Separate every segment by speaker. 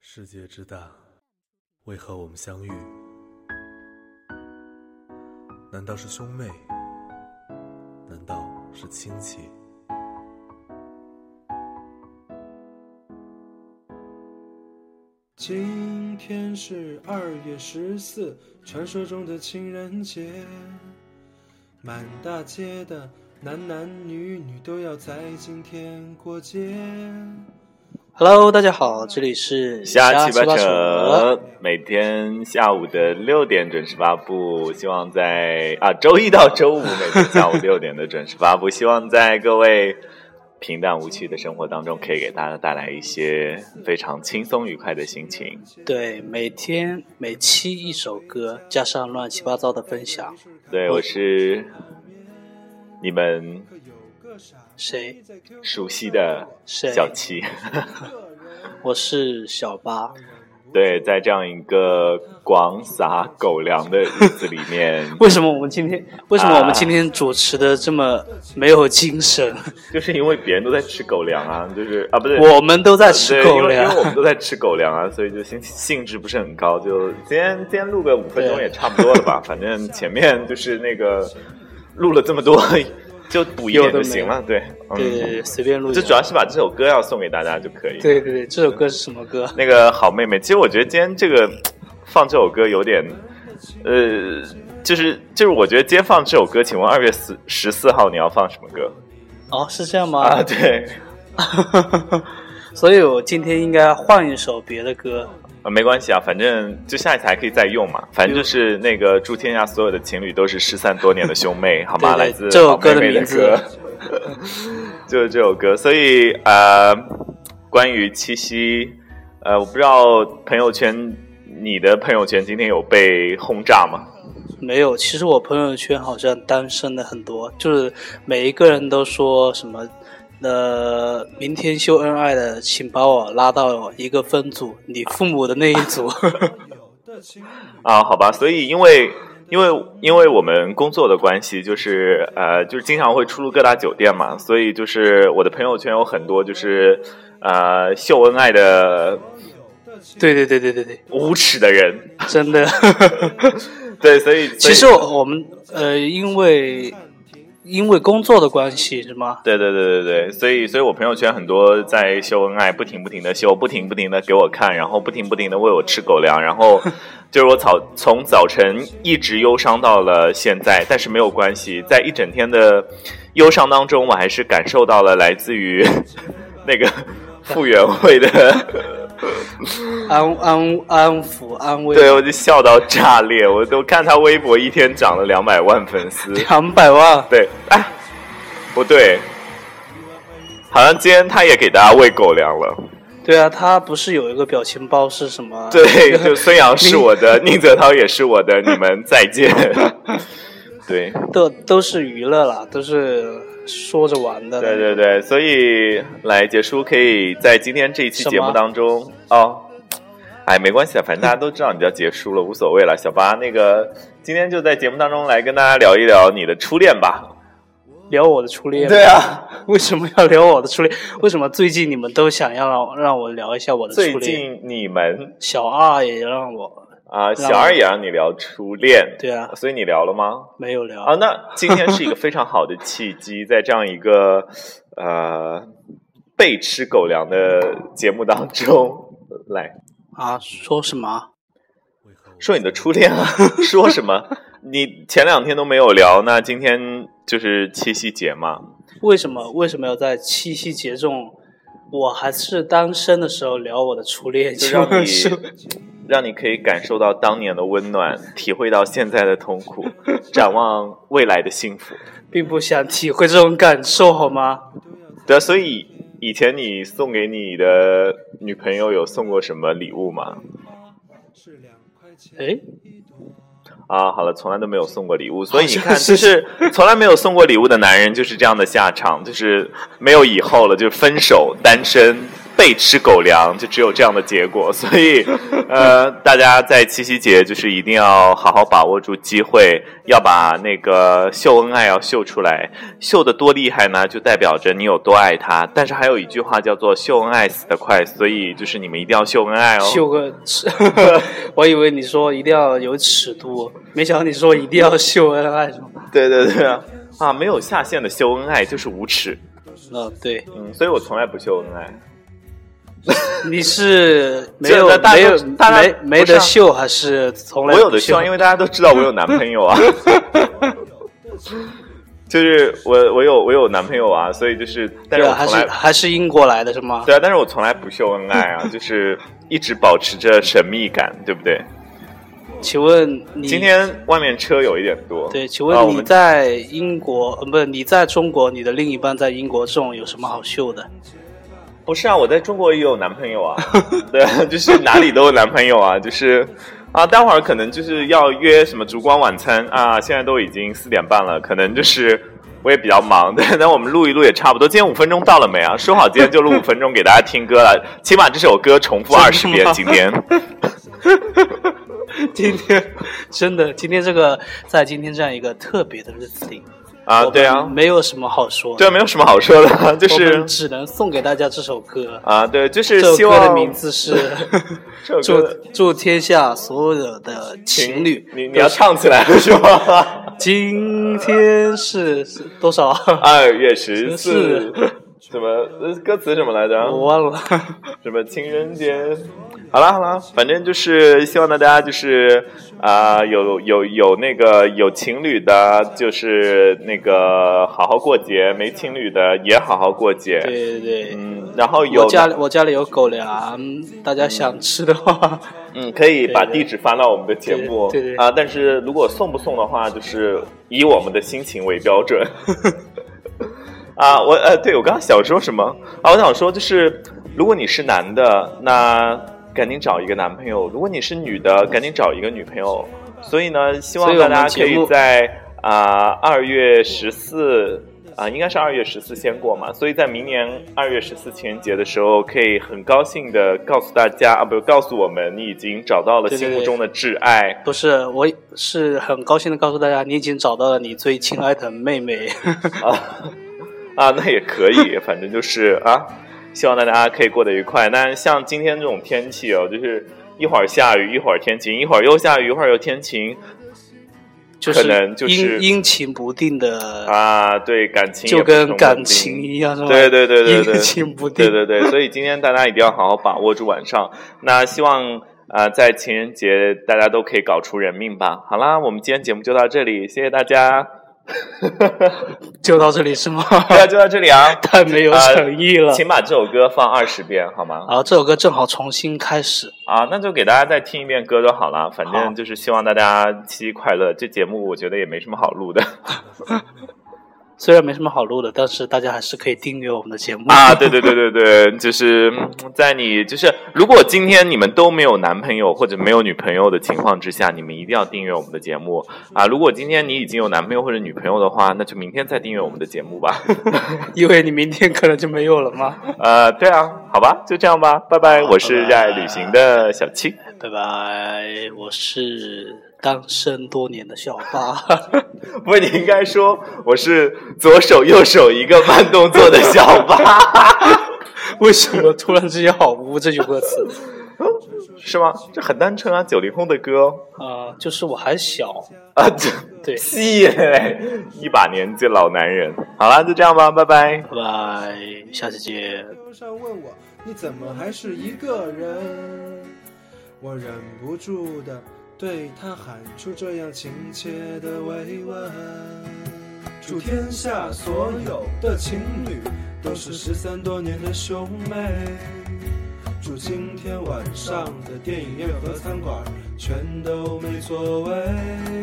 Speaker 1: 世界之大，为何我们相遇？难道是兄妹？难道是亲戚？
Speaker 2: 今天是二月十四，传说中的情人节，满大街的男男女女都要在今天过节。
Speaker 3: Hello，大家好，这里是
Speaker 4: 瞎七
Speaker 3: 八
Speaker 4: 八
Speaker 3: 扯。
Speaker 4: 扯，每天下午的六点准时发布，希望在啊周一到周五每天下午六点的准时发 布，希望在各位平淡无趣的生活当中，可以给大家带来一些非常轻松愉快的心情。
Speaker 3: 对，每天每期一首歌，加上乱七八糟的分享。
Speaker 4: 对我是你们
Speaker 3: 谁？
Speaker 4: 熟悉的
Speaker 3: 谁？
Speaker 4: 小七，
Speaker 3: 我是小八。，
Speaker 4: 对，在这样一个广撒狗粮的日子里面
Speaker 3: 为什么我们今天为什么我们今天主持的这么没有精神？
Speaker 4: 就是因为别人都在吃狗粮啊，就是啊，不对，
Speaker 3: 我们都在吃
Speaker 4: 对
Speaker 3: 狗
Speaker 4: 因为因为我
Speaker 3: 粮。
Speaker 4: 们都在吃狗粮啊，所以就兴兴致不是很高。就今天今天录个五分钟也差不多了吧，反正前面就是那个录了这么多，就补一点就行了。对，
Speaker 3: 对对
Speaker 4: 嗯，
Speaker 3: 对，随便录一
Speaker 4: 这
Speaker 3: 下。
Speaker 4: 主要是把这首歌要送给大家就可以。
Speaker 3: 对对对，这首歌是什么歌？
Speaker 4: 那个好妹妹，其实我觉得今天这个放这首歌有点，呃，就是就是我觉得今天放这首歌，请问二月十十四号你要放什么歌
Speaker 3: 哦，是这样吗？
Speaker 4: 啊？对，
Speaker 3: 所以我今天应该换一首别的歌。
Speaker 4: 啊，没关系啊，反正就下一次还可以再用嘛。反正就是那个祝天下所有的情侣都是失散多年的兄 妹，好
Speaker 3: 对
Speaker 4: 吗？
Speaker 3: 对
Speaker 4: 来自
Speaker 3: 这首歌
Speaker 4: 好
Speaker 3: 的
Speaker 4: 妹妹
Speaker 3: 名
Speaker 4: 的
Speaker 3: 字
Speaker 4: 歌，就是这首歌。所以呃，关于七夕，呃，我不知道朋友圈你的朋友圈今天有被轰炸吗？
Speaker 3: 没有，其实我朋友圈好像单身的很多，就是每一个人都说什么，呃，明天秀恩爱的，请把我拉到一个分组，你父母的那一组。
Speaker 4: 啊，好吧，所以因为因为因为我们工作的关系，就是呃，就是经常会出入各大酒店嘛，所以就是我的朋友圈有很多就是呃秀恩爱的
Speaker 3: 对对对对对对，
Speaker 4: 无耻的人，
Speaker 3: 真的。
Speaker 4: 对，所以所
Speaker 3: 其
Speaker 4: 以
Speaker 3: 实我我们呃，因为因为工作的关系是吗？
Speaker 4: 对对对对对，所以所以我朋友圈很多在秀恩爱，不停不停的秀，不停不停的给我看，然后不停不停的喂我吃狗粮，然后就是我早从早晨一直忧伤到了现在，但是没有关系，在一整天的忧伤当中，我还是感受到了来自于 那个傅园慧的，
Speaker 3: 安安安抚安慰。
Speaker 4: 对我就笑到炸裂，我都看他微博一天涨了两百万粉丝，
Speaker 3: 两百万，
Speaker 4: 对，哎，不对，好像今天他也给大家喂狗粮了。
Speaker 3: 对啊，他不是有一个表情包是什么？
Speaker 4: 对，就孙杨是我的，宁泽涛也是我的，你们再 见。对，
Speaker 3: 都都是娱乐啦，都是说着玩的。
Speaker 4: 对对对，所以来杰叔可以在今天这一期节目当中哦，哎，没关系啊，反正大家都知道你叫杰叔了，无所谓了。小八，那个今天就在节目当中来跟大家聊一聊你的初恋吧。
Speaker 3: 聊我的初恋。
Speaker 4: 对啊，
Speaker 3: 为什么要聊我的初恋？为什么最近你们都想要让让我聊一下我的
Speaker 4: 最
Speaker 3: 初恋？
Speaker 4: 近你们
Speaker 3: 小二也让我，
Speaker 4: 啊，小二也让你聊初恋，
Speaker 3: 对啊，
Speaker 4: 所以你聊了吗？
Speaker 3: 没有聊。
Speaker 4: 啊，那今天是一个非常好的契机，在这样一个呃被吃狗粮的节目当中， 来
Speaker 3: 啊，说什么？
Speaker 4: 说你的初恋啊， 说什么？你前两天都没有聊，那今天就是七夕节嘛，
Speaker 3: 为什么为什么要在七夕节这种我还是单身的时候聊我的初恋？
Speaker 4: 就让你
Speaker 3: 是
Speaker 4: 让你可以感受到当年的温暖，体会到现在的痛苦， 展望未来的幸福。
Speaker 3: 并不想体会这种感受，好吗？
Speaker 4: 对啊，所以以前你送给你的女朋友有送过什么礼物吗？
Speaker 3: 哎，
Speaker 4: 啊，好了，从来都没有送过礼物，所以你看，
Speaker 3: 是
Speaker 4: 就是从来没有送过礼物的男人就是这样的下场，就是没有以后了，就是分手、单身，被吃狗粮，就只有这样的结果。所以，呃，大家在七夕节就是一定要好好把握住机会，要把那个秀恩爱要秀出来，秀的多厉害呢，就代表着你有多爱他。但是还有一句话叫做“秀恩爱死得快”，所以就是你们一定要秀恩爱哦。
Speaker 3: 秀个尺， 我以为你说一定要有尺度，没想到你说一定要秀恩爱什么。
Speaker 4: 对对对啊，啊，没有下限的秀恩爱就是无耻。
Speaker 3: 啊，对，
Speaker 4: 嗯，所以我从来不秀恩爱。
Speaker 3: 你是没有
Speaker 4: 这大
Speaker 3: 没
Speaker 4: 家
Speaker 3: 有
Speaker 4: 都大家
Speaker 3: 没
Speaker 4: 不
Speaker 3: 没得
Speaker 4: 上
Speaker 3: 秀，还是从来
Speaker 4: 我
Speaker 3: 不
Speaker 4: 有的希望，因为大家都知道我有男朋友啊。 就是我我有我有男朋友啊，所以就是，但
Speaker 3: 对
Speaker 4: 是
Speaker 3: 啊，
Speaker 4: 我
Speaker 3: 还
Speaker 4: 从
Speaker 3: 是
Speaker 4: 来
Speaker 3: 还是英国来的是吗？
Speaker 4: 对啊，但是我从来不秀恩爱啊，就是一直保持着神秘感，对不对？
Speaker 3: 请问你
Speaker 4: 今天外面车有一点多，
Speaker 3: 对，请
Speaker 4: 啊
Speaker 3: 问
Speaker 4: 我
Speaker 3: 你
Speaker 4: 们
Speaker 3: 在英国，呃，不是你在中国，你的另一半在英国，这种有什么好秀的？
Speaker 4: 不是啊，我在中国也有男朋友啊， 对啊，就是哪里都有男朋友啊，就是啊，待会儿可能就是要约什么烛光晚餐啊，现在都已经四点半了，可能就是我也比较忙， 但但我们录一录也差不多。今天五分钟到了没啊？说好今天就录五分钟给大家听歌了， 起码这首歌重复二十遍。今天
Speaker 3: 今天真的，今天这个在今天这样一个特别的日子里
Speaker 4: 啊，
Speaker 3: 我
Speaker 4: 对啊
Speaker 3: 们，没有什么好说的，
Speaker 4: 对啊，没有什么好说的， 就
Speaker 3: 我
Speaker 4: 是
Speaker 3: 们只能送给大家这首歌。
Speaker 4: 啊，对，就是
Speaker 3: 这
Speaker 4: 希
Speaker 3: 首歌的
Speaker 4: 望
Speaker 3: 名字是
Speaker 4: 这首
Speaker 3: 祝
Speaker 4: 歌的
Speaker 3: 祝天下所有的情侣
Speaker 4: 你你要唱起来是吧？
Speaker 3: 今天是是多 少？
Speaker 4: 二月十四
Speaker 3: 14，
Speaker 4: 什么呃歌词什么来着？
Speaker 3: 我忘了。
Speaker 4: 什么情人节？好啦好啦，反正就是希望大家就是啊、有有有那个有情侣的，就是那个好好过节；没情侣的也好好过 节。
Speaker 3: 对对对，
Speaker 4: 嗯，然后有
Speaker 3: 我家里我家里有狗粮，大家想吃的话，
Speaker 4: 嗯，可以把
Speaker 3: 对对
Speaker 4: 地址发到我们的节目
Speaker 3: 对对对
Speaker 4: 啊。但是如果送不送的话，就是以我们的心情为标准。 啊，我呃，对我刚刚想说什么啊？我想说就是，如果你是男的，那赶紧找一个男朋友；如果你是女的，赶紧找一个女朋友。所以呢，希望
Speaker 3: 所以
Speaker 4: 大
Speaker 3: 我们
Speaker 4: 家
Speaker 3: 节
Speaker 4: 可以
Speaker 3: 目
Speaker 4: 在啊二、月十四啊，应该是二月十四先过嘛，所以在明年二月十四情人节的时候，可以很高兴的告诉大家啊，不告诉我们，你已经找到了
Speaker 3: 对对
Speaker 4: 心目
Speaker 3: 对
Speaker 4: 中的挚爱。
Speaker 3: 不是，我是很高兴的告诉大家，你已经找到了你最亲爱的妹 妹。
Speaker 4: 啊啊， 那也 可以，反正就是啊，希望大家可以过得愉快。但像今天这种天气哦，就是一会儿下雨，一会儿天晴，一会儿又下雨，一会儿又天晴
Speaker 3: 就
Speaker 4: 可能就是
Speaker 3: 阴阴晴不定的，
Speaker 4: 啊。对，感情也
Speaker 3: 就
Speaker 4: 不是很
Speaker 3: 跟感
Speaker 4: 稳定
Speaker 3: 情一样，是吧？
Speaker 4: 对对对对对，
Speaker 3: 阴晴不定。
Speaker 4: 对对对，所以今天大家一定要好好把握住晚上。那希望呃，在情人节大家都可以搞出人命吧。好啦，我们今天节目就到这里，谢谢大家。
Speaker 3: 就到这里是吗？
Speaker 4: 对啊，就到这里啊，呃
Speaker 3: 太没有诚意了。
Speaker 4: 请把这首歌放二十遍好吗？
Speaker 3: 好，这首歌正好重新开始。
Speaker 4: 啊，那就给大家再听一遍歌就好了。反
Speaker 3: 好
Speaker 4: 正就是希望大家七夕快乐。这节目我觉得也没什么好录的
Speaker 3: 虽然没什么好录的，但是大家还是可以订阅我们的节目
Speaker 4: 啊。对对对对对， 就是嗯在你就是如果今天你们都没有男朋友或者没有女朋友的情况之下，你们一定要订阅我们的节目啊。如果今天你已经有男朋友或者女朋友的话，那就明天再订阅我们的节目吧。
Speaker 3: 因为你明天可能就没有了吗？
Speaker 4: 呃，对啊，好吧，就这样吧，拜拜。我是热爱旅行的小七。
Speaker 3: 拜拜，我是单身多年的小八。
Speaker 4: 不是，你应该说我是左手右手一个慢动作的小八，
Speaker 3: 为什么突然之间好污这句歌词？
Speaker 4: 是吗？这很单纯啊，九零后的歌哦
Speaker 3: 啊、就是我还小，
Speaker 4: 啊，这
Speaker 3: 对，
Speaker 4: 屁嘞，一把年纪老男人。好了，就这样吧，拜拜。
Speaker 3: 拜拜，下期见。
Speaker 2: 路上问我你怎么还是一个人，我忍不住的对他喊出这样亲切的慰问。祝天下所有的情侣都是失散多年的兄妹。祝今天晚上的电影院和餐馆全都没座位。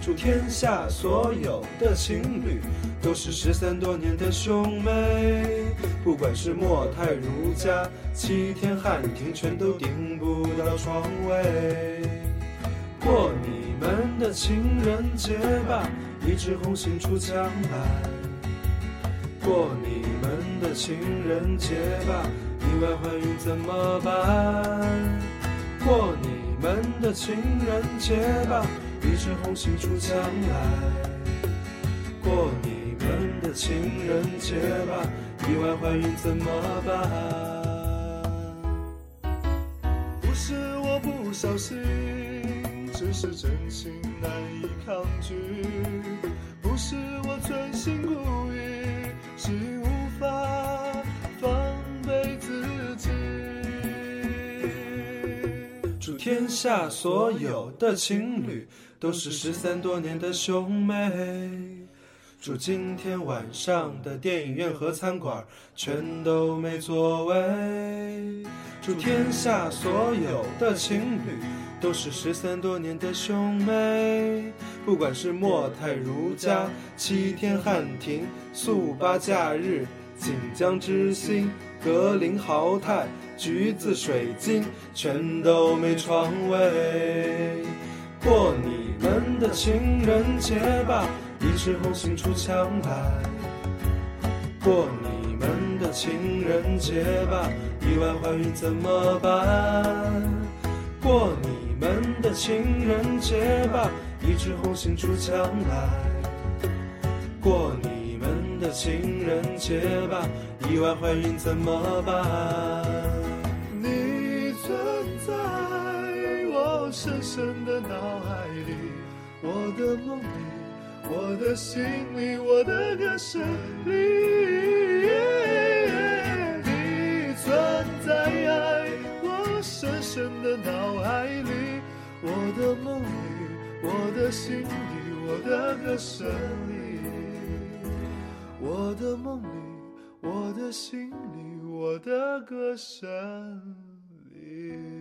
Speaker 2: 祝天下所有的情侣都是失散多年的兄妹，不管是莫泰、如家、七天、汉庭，全都订不到床位。过你们的情人节吧，一枝红杏出墙来。过你们的情人节吧，意外怀孕怎么办？过你们的情人节吧，一枝红杏出墙来。过你们的情人节吧，意外怀孕怎么办？不是我不小心，只是真心难以抗拒。不是我存心故意，是因无法防备自己。祝天下所有的情侣都是失散多年的兄妹。祝今天晚上的电影院和餐馆全都没座位。祝天下所有的情侣都是失散多年的兄妹，不管是莫泰如家、七天汉庭、速八假日、锦江之星、格林豪泰、橘子水晶，全都没床位。过你们的情人节吧，一枝红杏出墙来。过你们的情人节吧，意外怀孕怎么办？过你们的情人节吧，一枝红杏出墙来。过你们的情人节吧，意外怀孕怎么办？你存在我深深的脑海里，我的梦里，我的心里，我的歌声里。你存在我深深的脑海里，我的梦里，我的心里，我的歌声里，我的梦里。我的心里，我的歌声里。